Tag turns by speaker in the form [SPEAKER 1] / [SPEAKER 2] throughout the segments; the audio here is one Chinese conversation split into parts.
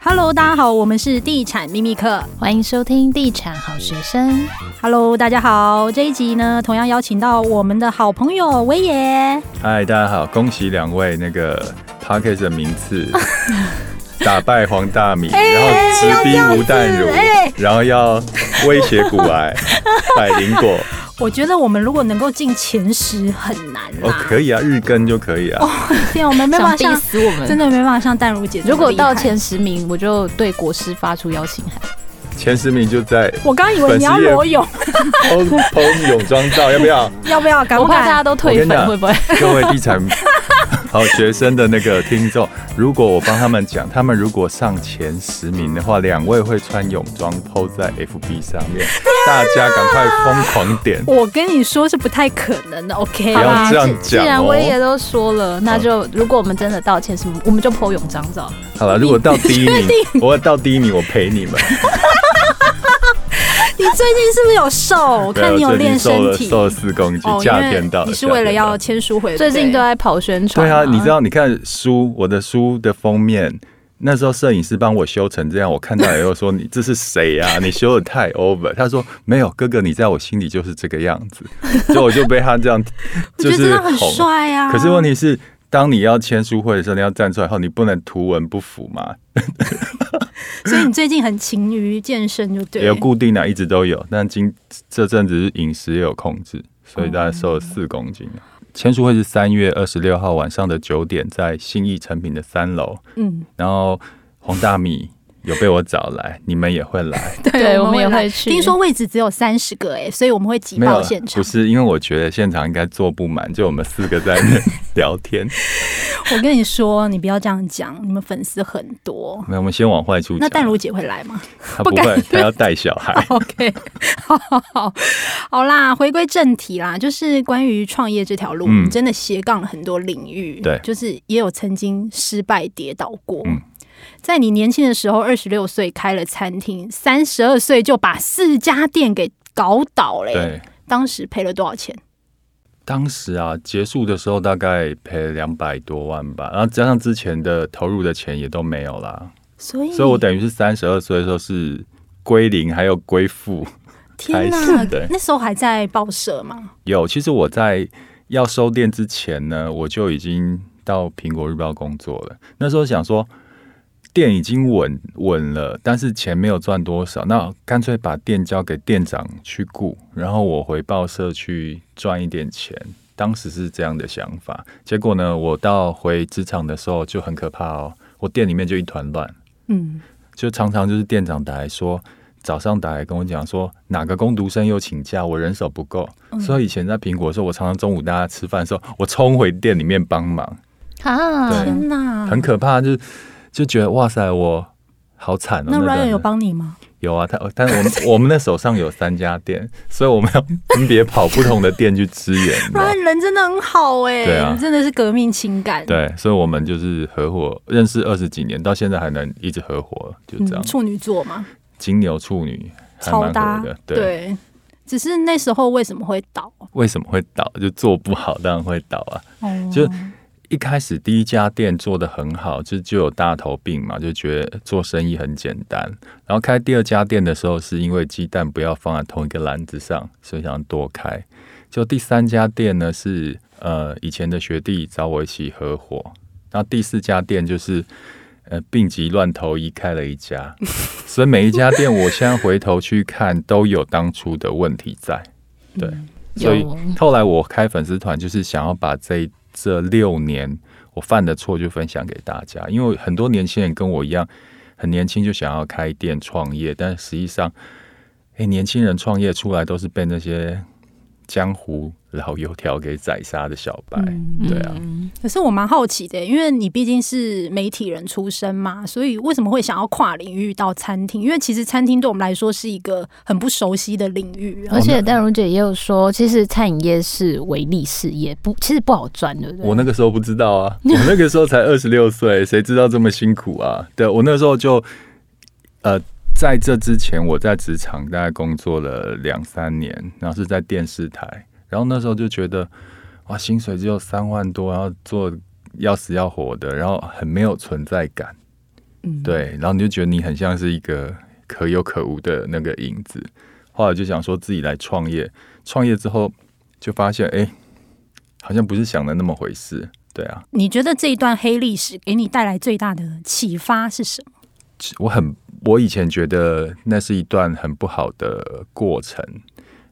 [SPEAKER 1] Hello，大家好，我们是地产秘密课。
[SPEAKER 2] 欢迎收听《地产好学生》。
[SPEAKER 1] Hello，大家好，这一集呢，同样邀请到我们的好朋友威爷。
[SPEAKER 3] 嗨，大家好，恭喜两位那个 p o c k e t 的名次打败黄大米，然后直逼吴淡如，
[SPEAKER 1] 哎
[SPEAKER 3] 然后要威胁古癌、百灵果。
[SPEAKER 1] 我觉得我们如果能够进前十很难
[SPEAKER 3] 哦，
[SPEAKER 1] 啦。
[SPEAKER 3] 可以啊，日更就可以啊。
[SPEAKER 1] 天啊，我们没办法
[SPEAKER 2] 想
[SPEAKER 1] 像
[SPEAKER 2] 逼，死我们！
[SPEAKER 1] 真，的没办法像淡如姐。
[SPEAKER 2] 如果到，前十名，我就对国师发出邀请函。
[SPEAKER 3] 前十名就在
[SPEAKER 1] 我刚以为你要
[SPEAKER 3] 粉丝页
[SPEAKER 1] 裸泳，
[SPEAKER 3] 偷偷泳装照，要不要？
[SPEAKER 1] 要不要？敢
[SPEAKER 2] 我
[SPEAKER 1] 不
[SPEAKER 2] 怕大家
[SPEAKER 1] 敢？
[SPEAKER 2] 都退
[SPEAKER 3] 我跟你
[SPEAKER 2] 粉，
[SPEAKER 3] 讲
[SPEAKER 2] 会不会？
[SPEAKER 3] 各位地产 好学生的那个听众，如果我帮他们讲，他们如果上前十名的话，两位会穿泳装 PO 在 FB 上面，大家赶快疯狂点。
[SPEAKER 1] 我跟你说是不太可能的，OK
[SPEAKER 3] 不要
[SPEAKER 1] 啦
[SPEAKER 3] 这。样
[SPEAKER 2] 既
[SPEAKER 3] 讲
[SPEAKER 2] 然
[SPEAKER 3] 哦
[SPEAKER 2] 威爷都说了，那就如果我们真的到前十名，我们就 po 泳章照。
[SPEAKER 3] 好 了，如果到第一名，我到第一名，我陪你们。
[SPEAKER 1] 你最近是不是有瘦？我
[SPEAKER 3] 对
[SPEAKER 1] 看你有
[SPEAKER 3] 最近
[SPEAKER 1] 练
[SPEAKER 3] 瘦
[SPEAKER 1] 身
[SPEAKER 3] 了
[SPEAKER 1] 体。哦
[SPEAKER 3] 瘦了四公斤，
[SPEAKER 1] 因
[SPEAKER 3] 夏
[SPEAKER 1] 为
[SPEAKER 3] 天到
[SPEAKER 1] 你是为了要。签书回，
[SPEAKER 2] 最
[SPEAKER 1] 对
[SPEAKER 2] 近
[SPEAKER 1] 不
[SPEAKER 2] 都
[SPEAKER 1] 对
[SPEAKER 2] 在跑宣传。
[SPEAKER 3] 对啊，你知？道？你看书，我的书的封面，那时候摄影师帮我修成这样，我看到以后说：“你这是谁 啊？你修的太 over。”他说：“没有，哥哥，你在我心里就是这个样子。”所以我就被他这样，
[SPEAKER 1] 我觉
[SPEAKER 3] 就
[SPEAKER 1] 得真
[SPEAKER 3] 是
[SPEAKER 1] 的很
[SPEAKER 3] 哄
[SPEAKER 1] 帅啊。
[SPEAKER 3] 可是问题是，当你要签书会的时候，你要站出来后，你不能图文不符嘛？
[SPEAKER 1] 所以你最近很勤于健身，就对了。
[SPEAKER 3] 有固定的，一直都有，但今这阵子是饮食也有控制，所以大概瘦了
[SPEAKER 1] 哦
[SPEAKER 3] 四公斤。啊签书会是三月二十六号晚上的九点，在信义成品的三楼。
[SPEAKER 1] 嗯，
[SPEAKER 3] 然后黄大米有被我找来，你们也会来？
[SPEAKER 2] 对，我们也
[SPEAKER 1] 来
[SPEAKER 2] 会去。
[SPEAKER 1] 听说位置只有三十个哎、所以我们会挤
[SPEAKER 3] 没有
[SPEAKER 1] 爆
[SPEAKER 3] 啦
[SPEAKER 1] 现，场
[SPEAKER 3] 不。是因为我觉得现场应该坐不满，就我们四个在那 聊天。
[SPEAKER 1] 我跟你说，你不要这样讲，你们粉丝很多。
[SPEAKER 3] 没有，我们先往坏处讲。
[SPEAKER 1] 那淡如姐会来 吗
[SPEAKER 3] 她
[SPEAKER 1] 不
[SPEAKER 3] 不
[SPEAKER 1] 敢哦
[SPEAKER 3] 会，她要带小 孩。
[SPEAKER 1] ？OK，好好好，好啦，回归正题啦，就是关于创业这条路，
[SPEAKER 3] 嗯
[SPEAKER 1] 你真的斜杠了很多领域，
[SPEAKER 3] 对
[SPEAKER 1] 就是也有曾经失败跌倒过。
[SPEAKER 3] 嗯
[SPEAKER 1] 在你年轻的时候，二十六岁开了餐厅，三十二岁就把四家店给搞倒嘞、
[SPEAKER 3] 对，
[SPEAKER 1] 当时赔了多少钱？
[SPEAKER 3] 当时啊，结束的时候大概赔了两百多万吧，然后加上之前的投入的钱也都没有啦，
[SPEAKER 1] 所以，
[SPEAKER 3] 所以我等于是三十二岁的时候是归零，还有归负。
[SPEAKER 1] 天
[SPEAKER 3] 开
[SPEAKER 1] 哪
[SPEAKER 3] 始对，
[SPEAKER 1] 那时候还在报社吗？
[SPEAKER 3] 有，其实我在要收店之前呢，我就已经到苹果日报工作了。那时候想说，店已经稳稳了，但是钱没有赚多少，那干脆把店交给店长去顾，然后我回报社去赚一点钱。当时是这样的想法，结果呢，我到回职场的时候就很可怕哦，我店里面就一团乱。
[SPEAKER 1] 嗯，
[SPEAKER 3] 就常常就是店长打来说，早上打来跟我讲说哪个工读生又请假，我人手不够，
[SPEAKER 1] 嗯
[SPEAKER 3] 所以以前在苹果的时候，我常常中午大家吃饭的时候，我冲回店里面帮忙，
[SPEAKER 2] 啊，
[SPEAKER 3] 对
[SPEAKER 1] 天哪，
[SPEAKER 3] 很可怕，就是就觉得哇塞，我好惨哦、
[SPEAKER 1] 那
[SPEAKER 3] 段
[SPEAKER 1] Ryan 有帮你吗？
[SPEAKER 3] 有啊，他但我们 我们那手上有三家店，所以我们要分别跑不同的店去支援。你知道 吗
[SPEAKER 1] Ryan 人真的很好哎、
[SPEAKER 3] 啊对啊
[SPEAKER 1] 你真的是革命情感。
[SPEAKER 3] 对，啊所以我们就是合伙认识二十几年，到现在还能一直合伙，就这样
[SPEAKER 1] 嗯，。处女座嘛，
[SPEAKER 3] 金牛处女还
[SPEAKER 1] 超
[SPEAKER 3] 蛮
[SPEAKER 1] 搭
[SPEAKER 3] 合的，，
[SPEAKER 1] 对。只是那时候为什么会倒？
[SPEAKER 3] 为什么会倒？就做不好，当然会倒啊。
[SPEAKER 1] 哦
[SPEAKER 3] 就一开始第一家店做得很好，就就有大头病嘛，就觉得做生意很简单。然后开第二家店的时候，是因为鸡蛋不要放在同一个篮子上，所以想多开。就第三家店呢，是呃以前的学弟找我一起合伙。那第四家店就是呃病急乱投医开了一家，所以每一家店我现在回头去看，都有当初的问题在。对，所以哦
[SPEAKER 2] 有
[SPEAKER 3] 后来我开粉丝团，就是想要把这一这六年我犯的错就分享给大家，因为很多年轻人跟我一样，很年轻就想要开店创业，但实际上，哎、年轻人创业出来都是被那些江湖老油条给宰杀的小白。对啊，
[SPEAKER 1] 可是我蛮好奇的，因为你毕竟是媒体人出身嘛，所以为什么会想要跨领域到餐厅？因为其实餐厅对我们来说是一个很不熟悉的领域啊。
[SPEAKER 2] 而且淡如姐也有说，其实餐饮业是唯利事业，不，其实不好赚，对不对？
[SPEAKER 3] 我那个时候不知道啊，我那个时候才二十六岁，谁知道这么辛苦啊？对我那时候就，呃，在这之前我在职场大概工作了两三年，然后是在电视台，然后那时候就觉得，哇，薪水只有三万多，然后做要死要活的，然后很没有存在感。
[SPEAKER 4] 嗯，
[SPEAKER 3] 对，然后你就觉得你很像是一个可有可无的那个影子。后来就想说自己来创业，创业之后就发现，哎，好像不是想的那么回事。对啊，
[SPEAKER 1] 你觉得这一段黑历史给你带来最大的启发是什么？
[SPEAKER 3] 我很，我以前觉得那是一段很不好的过程，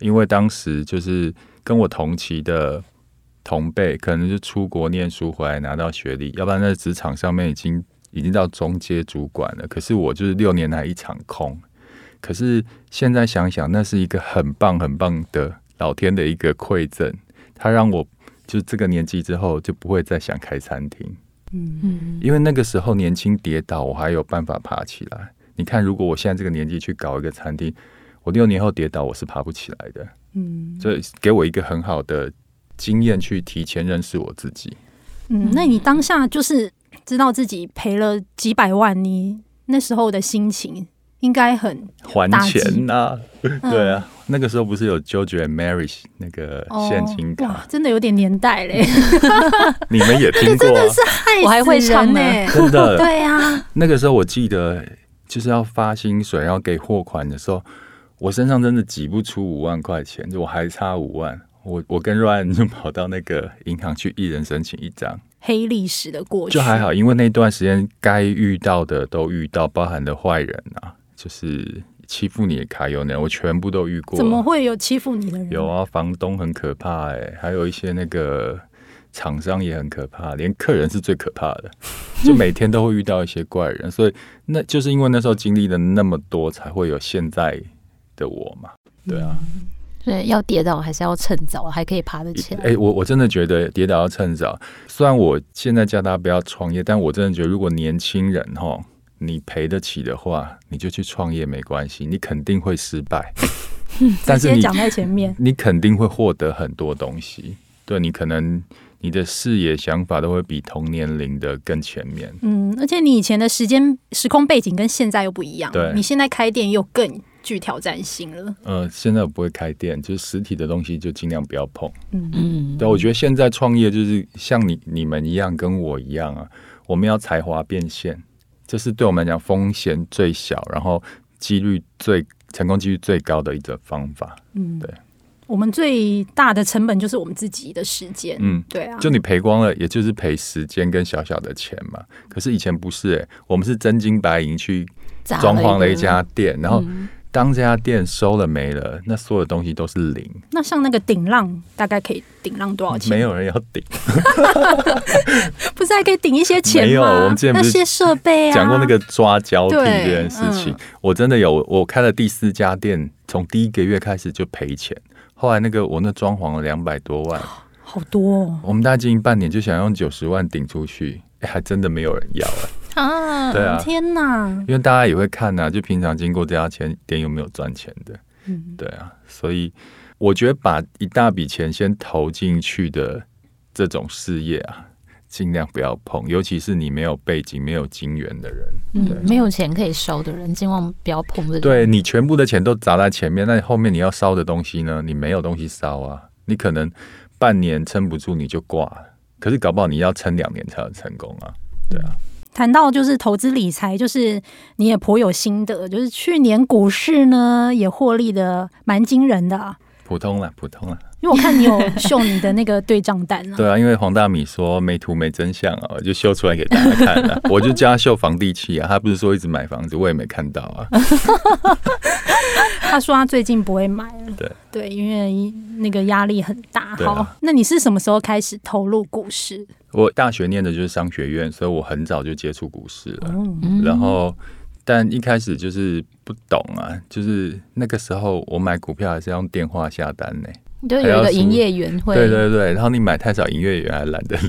[SPEAKER 3] 因为当时就是跟我同期的同辈，可能是出国念书回来拿到学历，要不然在职场上面已经已经到中阶主管了。可是我就是六年来一场空。可是现在想想，那是一个很棒很棒的老天的一个馈赠，它让我就这个年纪之后就不会再想开餐厅。
[SPEAKER 4] 嗯，
[SPEAKER 2] 嗯，
[SPEAKER 3] 因为那个时候年轻跌倒，我还有办法爬起来。你看，如果我现在这个年纪去搞一个餐厅，我六年后跌倒，我是爬不起来的。
[SPEAKER 4] 嗯，
[SPEAKER 3] 所以给我一个很好的经验，去提前认识我自己。
[SPEAKER 1] 嗯，那你当下就是知道自己赔了几百万，你那时候的心情应该很
[SPEAKER 3] 还
[SPEAKER 1] 打击
[SPEAKER 3] 钱呐、
[SPEAKER 1] 嗯
[SPEAKER 3] 对啊，那个时候不是有 JoJo and Mary 那个现金
[SPEAKER 1] 哦、
[SPEAKER 3] 卡，
[SPEAKER 1] 哇，真的有点年代嘞，
[SPEAKER 3] 你们也嗯听过、啊？
[SPEAKER 1] 害
[SPEAKER 2] 我还会
[SPEAKER 1] 死
[SPEAKER 2] 唱
[SPEAKER 1] 人
[SPEAKER 2] 呢
[SPEAKER 1] 欸
[SPEAKER 3] 真的，
[SPEAKER 1] 对啊，
[SPEAKER 3] 那个时候我记得就是要发薪水，要给货款的时候，我身上真的挤不出五万块钱，就我还差五万。我我跟 Ryan 就跑到那个银行去一人申请一张，
[SPEAKER 1] 黑历史的过去
[SPEAKER 3] 就还。好，因为那段时间该遇到的都遇到，包含的坏人啊，就是欺负你的卡友呢，我全部都遇过。啊
[SPEAKER 1] 怎么会有欺负你的人？
[SPEAKER 3] 有啊，房东很可怕哎、还有一些那个厂商也很可怕，连客人是最可怕的，就每天都会遇到一些怪人，所以那就是因为那时候经历了那么多，才会有现在的我嘛。对啊，
[SPEAKER 2] 所以要跌倒还是要趁早，还可以爬得起来。
[SPEAKER 3] 哎、我我真的觉得跌倒要趁早。虽然我现在叫大家不要创业，但我真的觉得，如果年轻人哈，你赔得起的话，你就去创业没关系，你肯定会失败，但
[SPEAKER 1] 直
[SPEAKER 3] 是
[SPEAKER 1] 接
[SPEAKER 3] 你
[SPEAKER 1] 讲在前 面。
[SPEAKER 3] 你肯定会获得很多东西。对你可能你的视野、想法都会比同年龄的更前面。
[SPEAKER 1] 嗯，而且你以前的时间时空背景跟现在又不一样，
[SPEAKER 3] 对
[SPEAKER 1] 你现在开店又更具挑战性了。
[SPEAKER 3] 呃，现在我不会开店，就是实体的东西就尽量不要碰。
[SPEAKER 2] 嗯，
[SPEAKER 3] 对，我觉得现在创业就是像你你们一样，跟我一样啊，我们要才华变现，这是对我们来讲风险最小，然后几率最成功几率最高的一种方法。
[SPEAKER 1] 我们最大的成本就是我们自己的时间。
[SPEAKER 3] 嗯，
[SPEAKER 1] 对啊，
[SPEAKER 3] 就你赔光了，也就是赔时间跟小小的钱嘛。可是以前不是、欸，我们是真金白银去
[SPEAKER 2] 砸
[SPEAKER 3] 装潢了
[SPEAKER 2] 个
[SPEAKER 3] 一家店，然后
[SPEAKER 2] 嗯
[SPEAKER 3] 当这家店收了没了，那所有东西都是零，
[SPEAKER 1] 那像那个顶浪，大概可以顶浪多少钱？
[SPEAKER 3] 没，有人要顶。
[SPEAKER 1] 不是还可以顶一些钱吗？
[SPEAKER 3] 没有我们之前不
[SPEAKER 1] 那
[SPEAKER 3] 是
[SPEAKER 1] 些设备啊，
[SPEAKER 3] 讲过那个抓交替
[SPEAKER 1] 对
[SPEAKER 3] 这件事情，
[SPEAKER 1] 嗯
[SPEAKER 3] 我真的有，我开了第四家店，从第一个月开始就赔钱。后来那个我那装潢了两百多万，
[SPEAKER 1] 好多、哦。
[SPEAKER 3] 我们大概经营半年就想用九十万顶出去、哎还真的没有人要、哎
[SPEAKER 1] 嗯
[SPEAKER 2] 啊，
[SPEAKER 3] 对啊，
[SPEAKER 1] 天哪！
[SPEAKER 3] 因为大家也会看啊呐、就平常经过这家钱店有没有赚钱的，嗯，对啊，所以我觉得把一大笔钱先投进去的这种事业啊，尽量不要碰，尤其是你没有背景、没有金源的人，
[SPEAKER 2] 嗯，没有钱可以烧的人，尽量不要碰这种。
[SPEAKER 3] 对你全部的钱都砸在前面，那后面你要烧的东西呢？你没有东西烧啊，你可能半年撑不住你就挂了，可是搞不好你要撑两年才能成功啊，对啊。
[SPEAKER 1] 谈到就是投资理财，就是你也颇有心得，就是去年股市呢也获利的蛮惊人的、啊，
[SPEAKER 3] 普通啦，普通啦，
[SPEAKER 1] 因为我看你有秀你的那个对账单
[SPEAKER 2] 嗯
[SPEAKER 1] 啊，
[SPEAKER 3] 对啊，因为黄大米说没图没真相啊，我就秀出来给大家看 了、我就叫他秀房地契啊，他不是说一直买房子，我也没看到啊。
[SPEAKER 2] 嗯
[SPEAKER 1] 他说他最近不会买了，
[SPEAKER 3] 对
[SPEAKER 1] 对，因为那个压力很大。
[SPEAKER 3] 对啊
[SPEAKER 1] 好，那你是什么时候开始投入股市？
[SPEAKER 3] 我大学念的就是商学院，所以我很早就接触股市了。
[SPEAKER 1] 嗯，
[SPEAKER 2] 嗯
[SPEAKER 3] 然后，但一开始就是不懂啊，就是那个时候我买股票还是要用电话下单呢、
[SPEAKER 2] 就有一个营业员会
[SPEAKER 3] 对对对，然后你买太少，营业员还懒得理。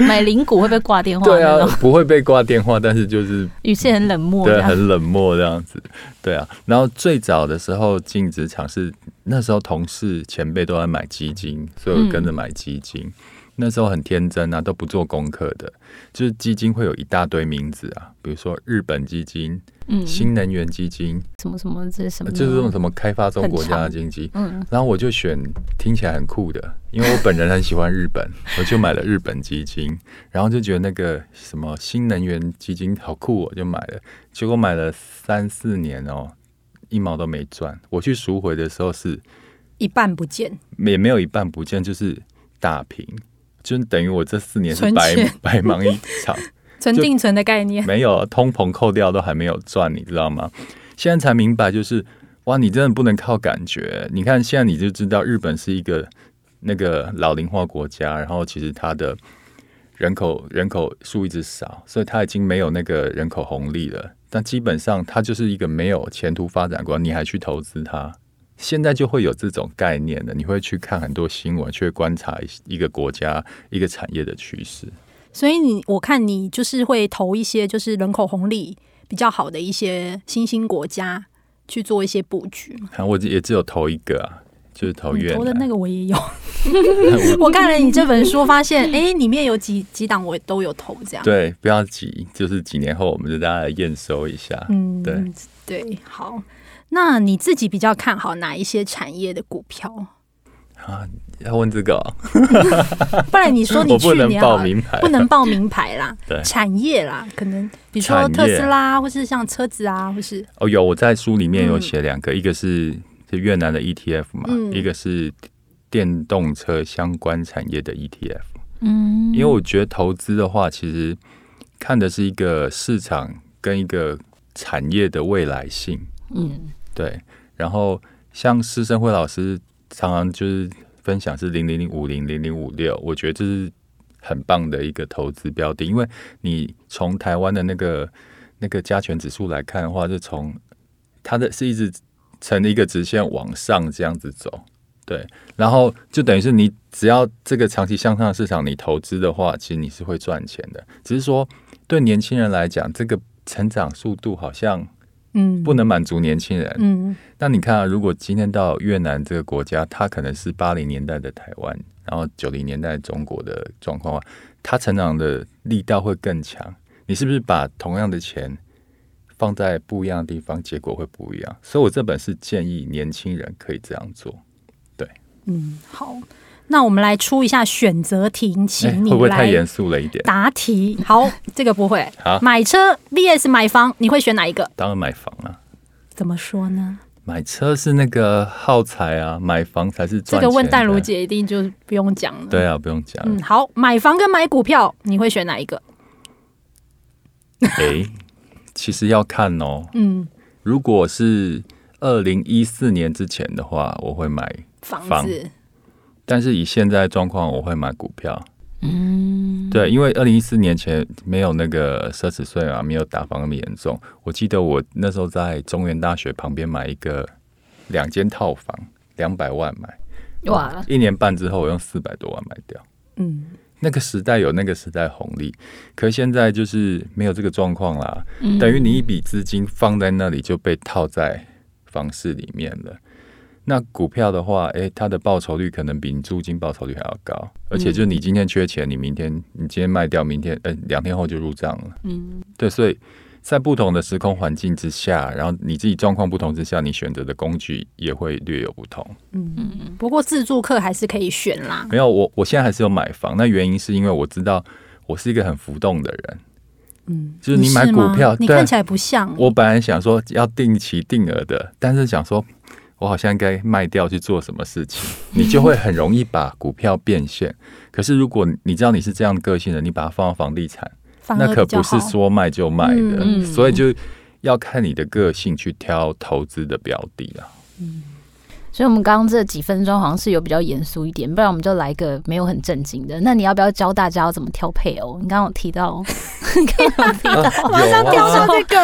[SPEAKER 2] 买零股会被挂电话
[SPEAKER 3] 对
[SPEAKER 2] 那
[SPEAKER 3] 啊
[SPEAKER 2] 种，，
[SPEAKER 3] 不会被挂电话，但是就是
[SPEAKER 2] 语气很冷漠这
[SPEAKER 3] 对，啊
[SPEAKER 2] 样。
[SPEAKER 3] 很冷漠这样子，对啊。然后最早的时候进
[SPEAKER 2] 嗯
[SPEAKER 3] 职场是那时候同事前辈都在买基金，所以我跟着买基金。那时候很天真啊，都不做功课的，就是基金会有一大堆名字啊，比如说日本基金、
[SPEAKER 2] 嗯，
[SPEAKER 3] 新能源基金，
[SPEAKER 2] 什么什么这是什么？
[SPEAKER 3] 就是这种什么开发中国家的基金。
[SPEAKER 2] 嗯，
[SPEAKER 3] 然后我就选听起来很酷的，因为我本人很喜欢日本，我就买了日本基金，然后就觉得那个什么新能源基金好酷哦，我就买了。结果买了三四年哦，一毛都没赚。我去赎回的时候是
[SPEAKER 1] 一半不见，
[SPEAKER 3] 也没有一半不见，就是打平，就等于我这四年是
[SPEAKER 1] 存
[SPEAKER 3] 白
[SPEAKER 1] 钱
[SPEAKER 3] 白忙一场。
[SPEAKER 1] 存定存的概念，
[SPEAKER 3] 没有通膨扣掉都还没有赚，你知道吗？现在才明白，就是哇，你真的不能靠感觉。你看现在你就知道，日本是一个那个老龄化国家，然后其实它的人口人口数一直少，所以它已经没有那个人口红利了。但基本上它就是一个没有前途发展观，你还去投资它。现在就会有这种概念的，你会去看很多新闻，去观察一一个国家、一个产业的趋势。
[SPEAKER 1] 所以你我看你就是会投一些就是人口红利比较好的一些新兴国家去做一些布局嘛。
[SPEAKER 3] 啊，我也只有投一个啊，就是投
[SPEAKER 1] 你
[SPEAKER 3] 越
[SPEAKER 1] 投的那
[SPEAKER 3] 南。
[SPEAKER 1] 个我也有， 我看了你这本书，发现哎、诶里面有几几档我都有投这样。
[SPEAKER 3] 对，不要急，就是几年后我们就大家来验收一下。
[SPEAKER 1] 嗯，
[SPEAKER 3] 对
[SPEAKER 1] 对，好。那你自己比较看好哪一些产业的股票？
[SPEAKER 3] 要问这个哦、
[SPEAKER 1] 不然你说你
[SPEAKER 3] 我不
[SPEAKER 1] 去
[SPEAKER 3] 能
[SPEAKER 1] 年
[SPEAKER 3] 报
[SPEAKER 1] 好了
[SPEAKER 3] 名牌
[SPEAKER 1] 不能报名牌啦
[SPEAKER 3] 对，
[SPEAKER 1] 产业啦，可能比如说
[SPEAKER 3] 产业
[SPEAKER 1] 特斯拉，或是像车子啊，或是
[SPEAKER 3] 哦，有我在书里面有
[SPEAKER 1] 嗯
[SPEAKER 3] 写两个，一个是是越南的 ETF 嘛，
[SPEAKER 1] 嗯
[SPEAKER 3] 一个是电动车相关产业的 E ETF。
[SPEAKER 2] 嗯，
[SPEAKER 3] 因为我觉得投资的话，其实看的是一个市场跟一个产业的未来性。
[SPEAKER 2] 嗯
[SPEAKER 3] 对，然后像施生辉老师常常就是分享是零零零五零零零五六，我觉得这是很棒的一个投资标的，因为你从台湾的那个那个加权指数来看的话，就从它的是一直呈一个直线往上这样子走。对，然后就等于是你只要这个长期向上的市场，你投资的话，其实你是会赚钱的。只是说对年轻人来讲，这个成长速度好像
[SPEAKER 1] 嗯，
[SPEAKER 3] 不能满足年轻人。
[SPEAKER 1] 嗯
[SPEAKER 3] 那你看啊，如果今天到越南这个国家，它可能是八零年代的台湾，然后九零年代中国的状况的话，它成长的力道会更强。你是不是把同样的钱放在不一样的地方，结果会不一样？所以我这本是建议年轻人可以这样做。
[SPEAKER 1] 嗯，好。那我们来出一下选择题，
[SPEAKER 3] 哎
[SPEAKER 1] 请
[SPEAKER 3] 会
[SPEAKER 1] 你
[SPEAKER 3] 不会太
[SPEAKER 1] 来
[SPEAKER 3] 严肃了一点？
[SPEAKER 1] 答题。 好，这个不会。
[SPEAKER 3] 好
[SPEAKER 1] 买车 VS 买房，你会选哪一个？
[SPEAKER 3] 当然买房啊，
[SPEAKER 1] 怎么说呢？
[SPEAKER 3] 买车是那个耗材啊，买房才是
[SPEAKER 1] 这
[SPEAKER 3] 赚钱的。
[SPEAKER 1] 个问淡如姐一定就不用讲了。
[SPEAKER 3] 对啊，不用讲。
[SPEAKER 1] 嗯，好，买房跟买股票，你会选哪一个？
[SPEAKER 3] 诶，其实要看哦。
[SPEAKER 1] 嗯，
[SPEAKER 3] 如果是二零一四年之前的话，我会买；
[SPEAKER 1] 房
[SPEAKER 3] 房
[SPEAKER 1] 子。
[SPEAKER 3] 但是以现在的状况，我会买股票。
[SPEAKER 2] 嗯，
[SPEAKER 3] 对，因为二零一四年前没有那个奢侈税啊嘛，没有打房那么严重。我记得我那时候在中原大学旁边买一个两间套房，两百万买，
[SPEAKER 2] 哇，
[SPEAKER 3] 一年半之后我用四百多万买掉。
[SPEAKER 1] 嗯，
[SPEAKER 3] 那个时代有那个时代红利，可现在就是没有这个状况啦。等于你一笔资金放在那里就被套在房市里面了。那股票的话，诶、它的报酬率可能比你租金报酬率还要高，而且就是你今天缺钱，你明天你今天卖掉，明天呃两天后就入账了。
[SPEAKER 2] 嗯
[SPEAKER 3] 对，所以在不同的时空环境之下，然后你自己状况不同之下，你选择的工具也会略有不同。
[SPEAKER 1] 不过自助客还是可以选啦。
[SPEAKER 3] 没有，我我现在还是有买房，那原因是因为我知道我是一个很浮动的人，
[SPEAKER 1] 嗯，
[SPEAKER 3] 就是你买
[SPEAKER 1] 是吗
[SPEAKER 3] 股票
[SPEAKER 1] 你
[SPEAKER 3] 对啊
[SPEAKER 1] 看起来不像。
[SPEAKER 3] 我本来想说要定期定额的，但是想说我好像应该卖掉去做什么事情，你就会很容易把股票变现。可是如果你知道你是这样的个性的，你把它放到房地产，
[SPEAKER 1] 反而
[SPEAKER 3] 那可
[SPEAKER 1] 比较
[SPEAKER 3] 不是
[SPEAKER 1] 好
[SPEAKER 3] 说卖就卖的，
[SPEAKER 2] 嗯嗯
[SPEAKER 3] 所以就要看你的个性去挑投资的标的啊 了。
[SPEAKER 2] 所以我们刚刚这几分钟好像是有比较严肃一点，不然我们就来个没有很正经的。那你要不要教大家要怎么挑配偶？你刚刚有提 到，
[SPEAKER 3] 啊有啊。
[SPEAKER 1] 这个，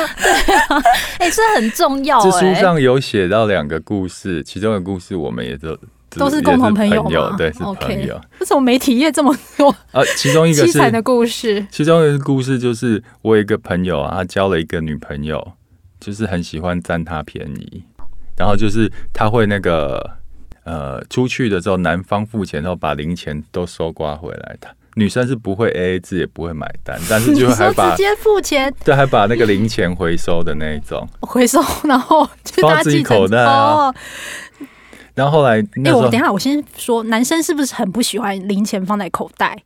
[SPEAKER 2] 哎、这很重
[SPEAKER 1] 哦
[SPEAKER 2] 要
[SPEAKER 3] 这
[SPEAKER 2] 哎、
[SPEAKER 3] 书上有写到两个故事，其中的故事我们也都
[SPEAKER 1] 都是
[SPEAKER 3] 也
[SPEAKER 1] 共同朋友
[SPEAKER 3] 朋友
[SPEAKER 1] 吗
[SPEAKER 3] 对，是
[SPEAKER 1] OK
[SPEAKER 3] 朋友。
[SPEAKER 1] 为什么没体验这么多
[SPEAKER 3] 啊，其中一个
[SPEAKER 1] 凄
[SPEAKER 3] 是
[SPEAKER 1] 惨的故事？
[SPEAKER 3] 其中一个故事就是，我有一个朋友啊，他交了一个女朋友，就是很喜欢占他便宜，然后就是他会那个，呃出去的时候，男方付钱然后把零钱都收刮回来的。女生是不会 A A 制，也不会买单，但是就
[SPEAKER 1] 你
[SPEAKER 3] 会还
[SPEAKER 1] 说
[SPEAKER 3] 把
[SPEAKER 1] 直接付钱
[SPEAKER 3] 对还把那个零钱回收的那一种。
[SPEAKER 1] 回收，然后就
[SPEAKER 3] 放
[SPEAKER 1] 搭
[SPEAKER 3] 自己
[SPEAKER 1] 计程
[SPEAKER 3] 口袋啊
[SPEAKER 1] 哦，
[SPEAKER 3] 然后后来
[SPEAKER 1] 哎、
[SPEAKER 3] 那时
[SPEAKER 1] 我
[SPEAKER 3] 候
[SPEAKER 1] 等一下，我先说，男生是不是很不喜欢零钱放在口袋？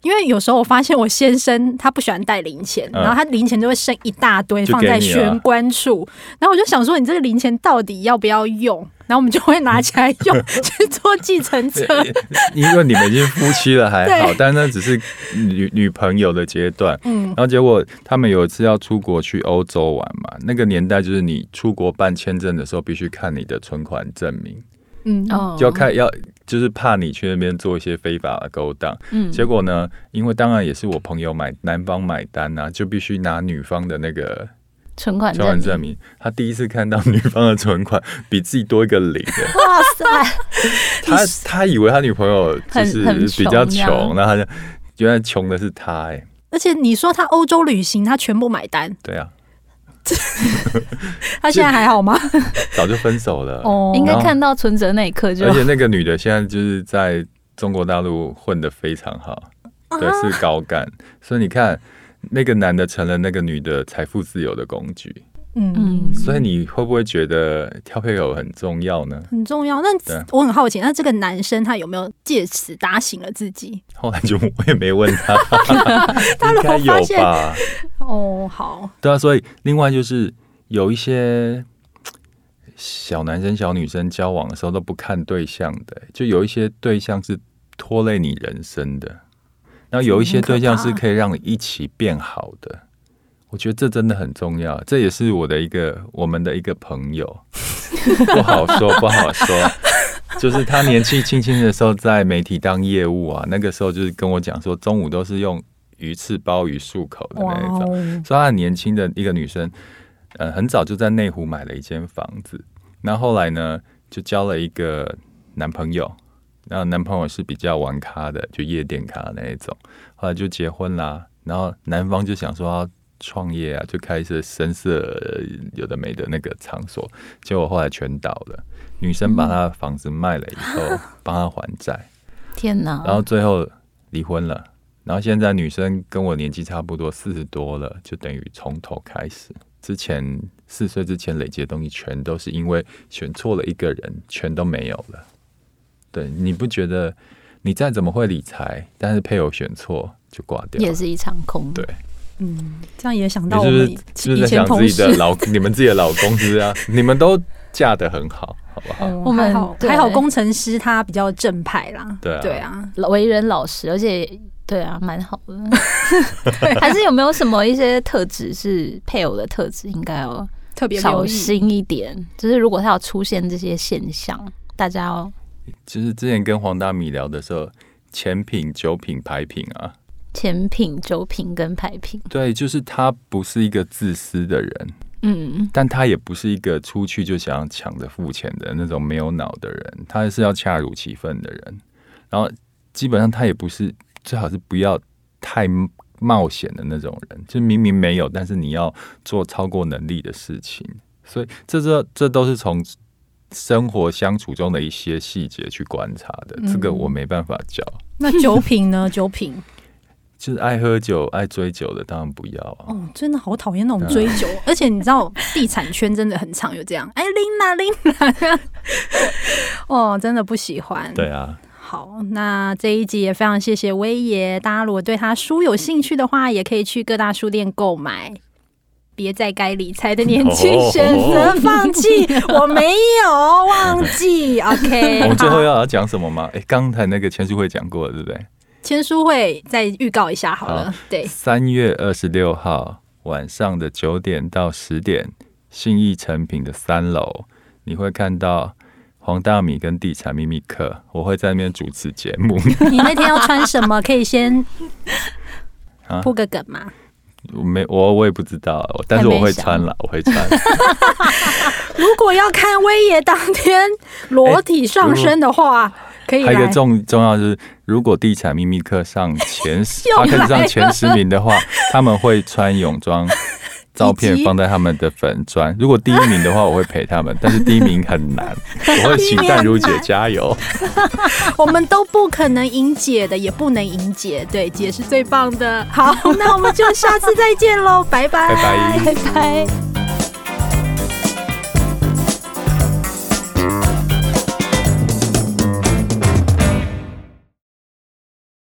[SPEAKER 1] 因为有时候我发现我先生他不喜欢带零钱，
[SPEAKER 3] 嗯
[SPEAKER 1] 然后他零钱就会剩一大堆
[SPEAKER 3] 就
[SPEAKER 1] 放
[SPEAKER 3] 给
[SPEAKER 1] 在
[SPEAKER 3] 你了
[SPEAKER 1] 玄关处，然后我就想说，你这个零钱到底要不要用？然后我们就会拿起来 用去坐计程车。
[SPEAKER 3] 因为你们已经夫妻了还好
[SPEAKER 1] 对，
[SPEAKER 3] 但那只是女女朋友的阶段。嗯，然后结果他们有一次要出国去欧洲玩嘛，那个年代就是你出国办签证的时候必须看你的存款证明，
[SPEAKER 1] 嗯，
[SPEAKER 2] 哦
[SPEAKER 3] 就要看要就是怕你去那边做一些非法的勾当。
[SPEAKER 2] 嗯
[SPEAKER 3] 结果呢，因为当然也是我朋友买男方买单呐、就必须拿女方的那个
[SPEAKER 2] 存款
[SPEAKER 3] 存款证明。他第一次看到女方的存款比自己多一个零、
[SPEAKER 2] 哇 塞，
[SPEAKER 3] 他他以为他女朋友就是
[SPEAKER 2] 很很
[SPEAKER 3] 比较
[SPEAKER 2] 穷这
[SPEAKER 3] 穷，
[SPEAKER 2] 样
[SPEAKER 3] 然后他就原来穷的是他哎、
[SPEAKER 1] 而且你说他欧洲旅行，他全部买单，
[SPEAKER 3] 对啊，
[SPEAKER 1] 他现在还好吗？
[SPEAKER 3] 早就分手了。
[SPEAKER 1] 哦
[SPEAKER 2] 应该
[SPEAKER 3] 然后
[SPEAKER 2] 看到存折那一刻就
[SPEAKER 3] 而且那个女的现在就是在中国大陆混得非常好，
[SPEAKER 2] 啊
[SPEAKER 3] 对，是高干，所以你看。那个男的成了那个女的财富自由的工具，
[SPEAKER 1] 嗯
[SPEAKER 2] 嗯，
[SPEAKER 3] 所以你会不会觉得跳配偶很重要呢？
[SPEAKER 1] 很重要。那
[SPEAKER 3] 对
[SPEAKER 1] 我很好奇，那这个男生他有没有借此打醒了自己？
[SPEAKER 3] 后来就我也没问 他，应该
[SPEAKER 1] 发
[SPEAKER 3] 有
[SPEAKER 1] 现
[SPEAKER 3] 吧？
[SPEAKER 1] 哦，好，
[SPEAKER 3] 对啊，所以另外就是有一些小男生、小女生交往的时候都不看对象的、欸就有一些对象是拖累你人生的，然后有一些对象是可以让你一起变好的。我觉得这真的很重要，这也是我的一个我们的一个朋友，不好说，不好说。就是他年纪轻轻的时候在媒体当业务啊，那个时候就是跟我讲说，中午都是用鱼翅包鱼漱口的那一种。
[SPEAKER 1] 哦。
[SPEAKER 3] 所以她很年轻的一个女生，呃，很早就在内湖买了一间房子，然后后来呢，就交了一个男朋友，然后男朋友是比较玩咖的，就夜店咖那一种，后来就结婚啦，然后男方就想说要创业啊，就开设深色呃有的没的那个场所，结果后来全倒了，女生把她的房子卖了以后，帮她还债。
[SPEAKER 2] 天哪！
[SPEAKER 1] 啊
[SPEAKER 3] 然后最后离婚了。然后现在女生跟我年纪差不多，四十多了，就等于从头开始。之前四岁之前累积的东西，全都是因为选错了一个人，全都没有了。对，你不觉得你再怎么会理财，但是配偶选错就挂掉了
[SPEAKER 2] 也是一场空。
[SPEAKER 3] 对，
[SPEAKER 1] 嗯，这样也想
[SPEAKER 3] 你
[SPEAKER 1] 到我
[SPEAKER 3] 是不
[SPEAKER 1] 们
[SPEAKER 3] 是
[SPEAKER 1] 以
[SPEAKER 3] 是不是在
[SPEAKER 1] 以前
[SPEAKER 3] 想
[SPEAKER 1] 同
[SPEAKER 3] 自己的
[SPEAKER 1] 事，
[SPEAKER 3] 老，你们自己的老公是不是啊？你们都嫁得很好，好不好？
[SPEAKER 1] 哦
[SPEAKER 2] 我们
[SPEAKER 1] 还好
[SPEAKER 2] 对
[SPEAKER 1] 还好工程师他比较正派啦，
[SPEAKER 3] 对啊
[SPEAKER 1] 对啊，
[SPEAKER 2] 老为人老实，而且对啊，蛮好的。还是有没有什么一些特质是配偶的特质，应该要
[SPEAKER 1] 特别
[SPEAKER 2] 小
[SPEAKER 1] 留意。
[SPEAKER 2] 心一点。就是如果他有出现这些现象，大家要
[SPEAKER 3] 就是之前跟黄大米聊的时候，前品、酒品、牌品啊，
[SPEAKER 2] 前品、酒品跟牌品。
[SPEAKER 3] 对，就是他不是一个自私的人，
[SPEAKER 2] 嗯，
[SPEAKER 3] 但他也不是一个出去就想要抢着付钱的那种没有脑的人，他是要恰如其分的人。然后基本上他也不是，最好是不要太冒险的那种人，就明明没有，但是你要做超过能力的事情。所以这这这都是从生活相处中的一些细节去观察的，这个我没办法教。
[SPEAKER 1] 那酒品呢？ 酒品
[SPEAKER 3] 就是爱喝酒、爱追酒的，当然不要啊。
[SPEAKER 1] 哦，真的好讨厌那种追酒，而且你知道，地产圈真的很常有这样，哎，琳娜，琳娜， 这样哦，真的不喜欢。
[SPEAKER 3] 对啊，
[SPEAKER 1] 好，那这一集也非常谢谢威爷。大家如果对他书有兴趣的话，也可以去各大书店购买。别在该理财的年纪
[SPEAKER 3] 哦
[SPEAKER 1] 选择放弃，我没有忘记。
[SPEAKER 3] 我
[SPEAKER 1] OK，
[SPEAKER 3] 们最后
[SPEAKER 1] 好，
[SPEAKER 3] 要要讲什么吗？ 哎、刚才那个签书会讲过了，对不对？
[SPEAKER 1] 签书会再预告一下好了。
[SPEAKER 3] 好
[SPEAKER 1] 对，
[SPEAKER 3] 三月二十六号晚上的九点到十点，信义成品的三楼，你会看到黄大米跟地产秘密课，我会在那边主持节目。
[SPEAKER 1] 你那天要穿什么？可以先
[SPEAKER 3] 啊
[SPEAKER 1] 铺个梗嘛。
[SPEAKER 3] 我没我我也不知道，但是我会穿啦，我会穿。
[SPEAKER 1] 如果要看威爷当天裸体上身的
[SPEAKER 3] 哎
[SPEAKER 1] 话，可以
[SPEAKER 3] 还有一
[SPEAKER 1] 来
[SPEAKER 3] 个。重重要就是，如果地产秘密课上前十
[SPEAKER 1] ，又来
[SPEAKER 3] 他
[SPEAKER 1] 了
[SPEAKER 3] 可以上前十名的话，他们会穿泳装照片放在他们的粉砖。如果第一名的话，我会陪他们，但是第一名很难，我会请淡如姐加油。
[SPEAKER 1] 我们都不可能赢姐的，也不能赢姐，对，姐是最棒的。好，那我们就下次再见喽，拜拜，
[SPEAKER 3] 拜拜。
[SPEAKER 2] 拜拜。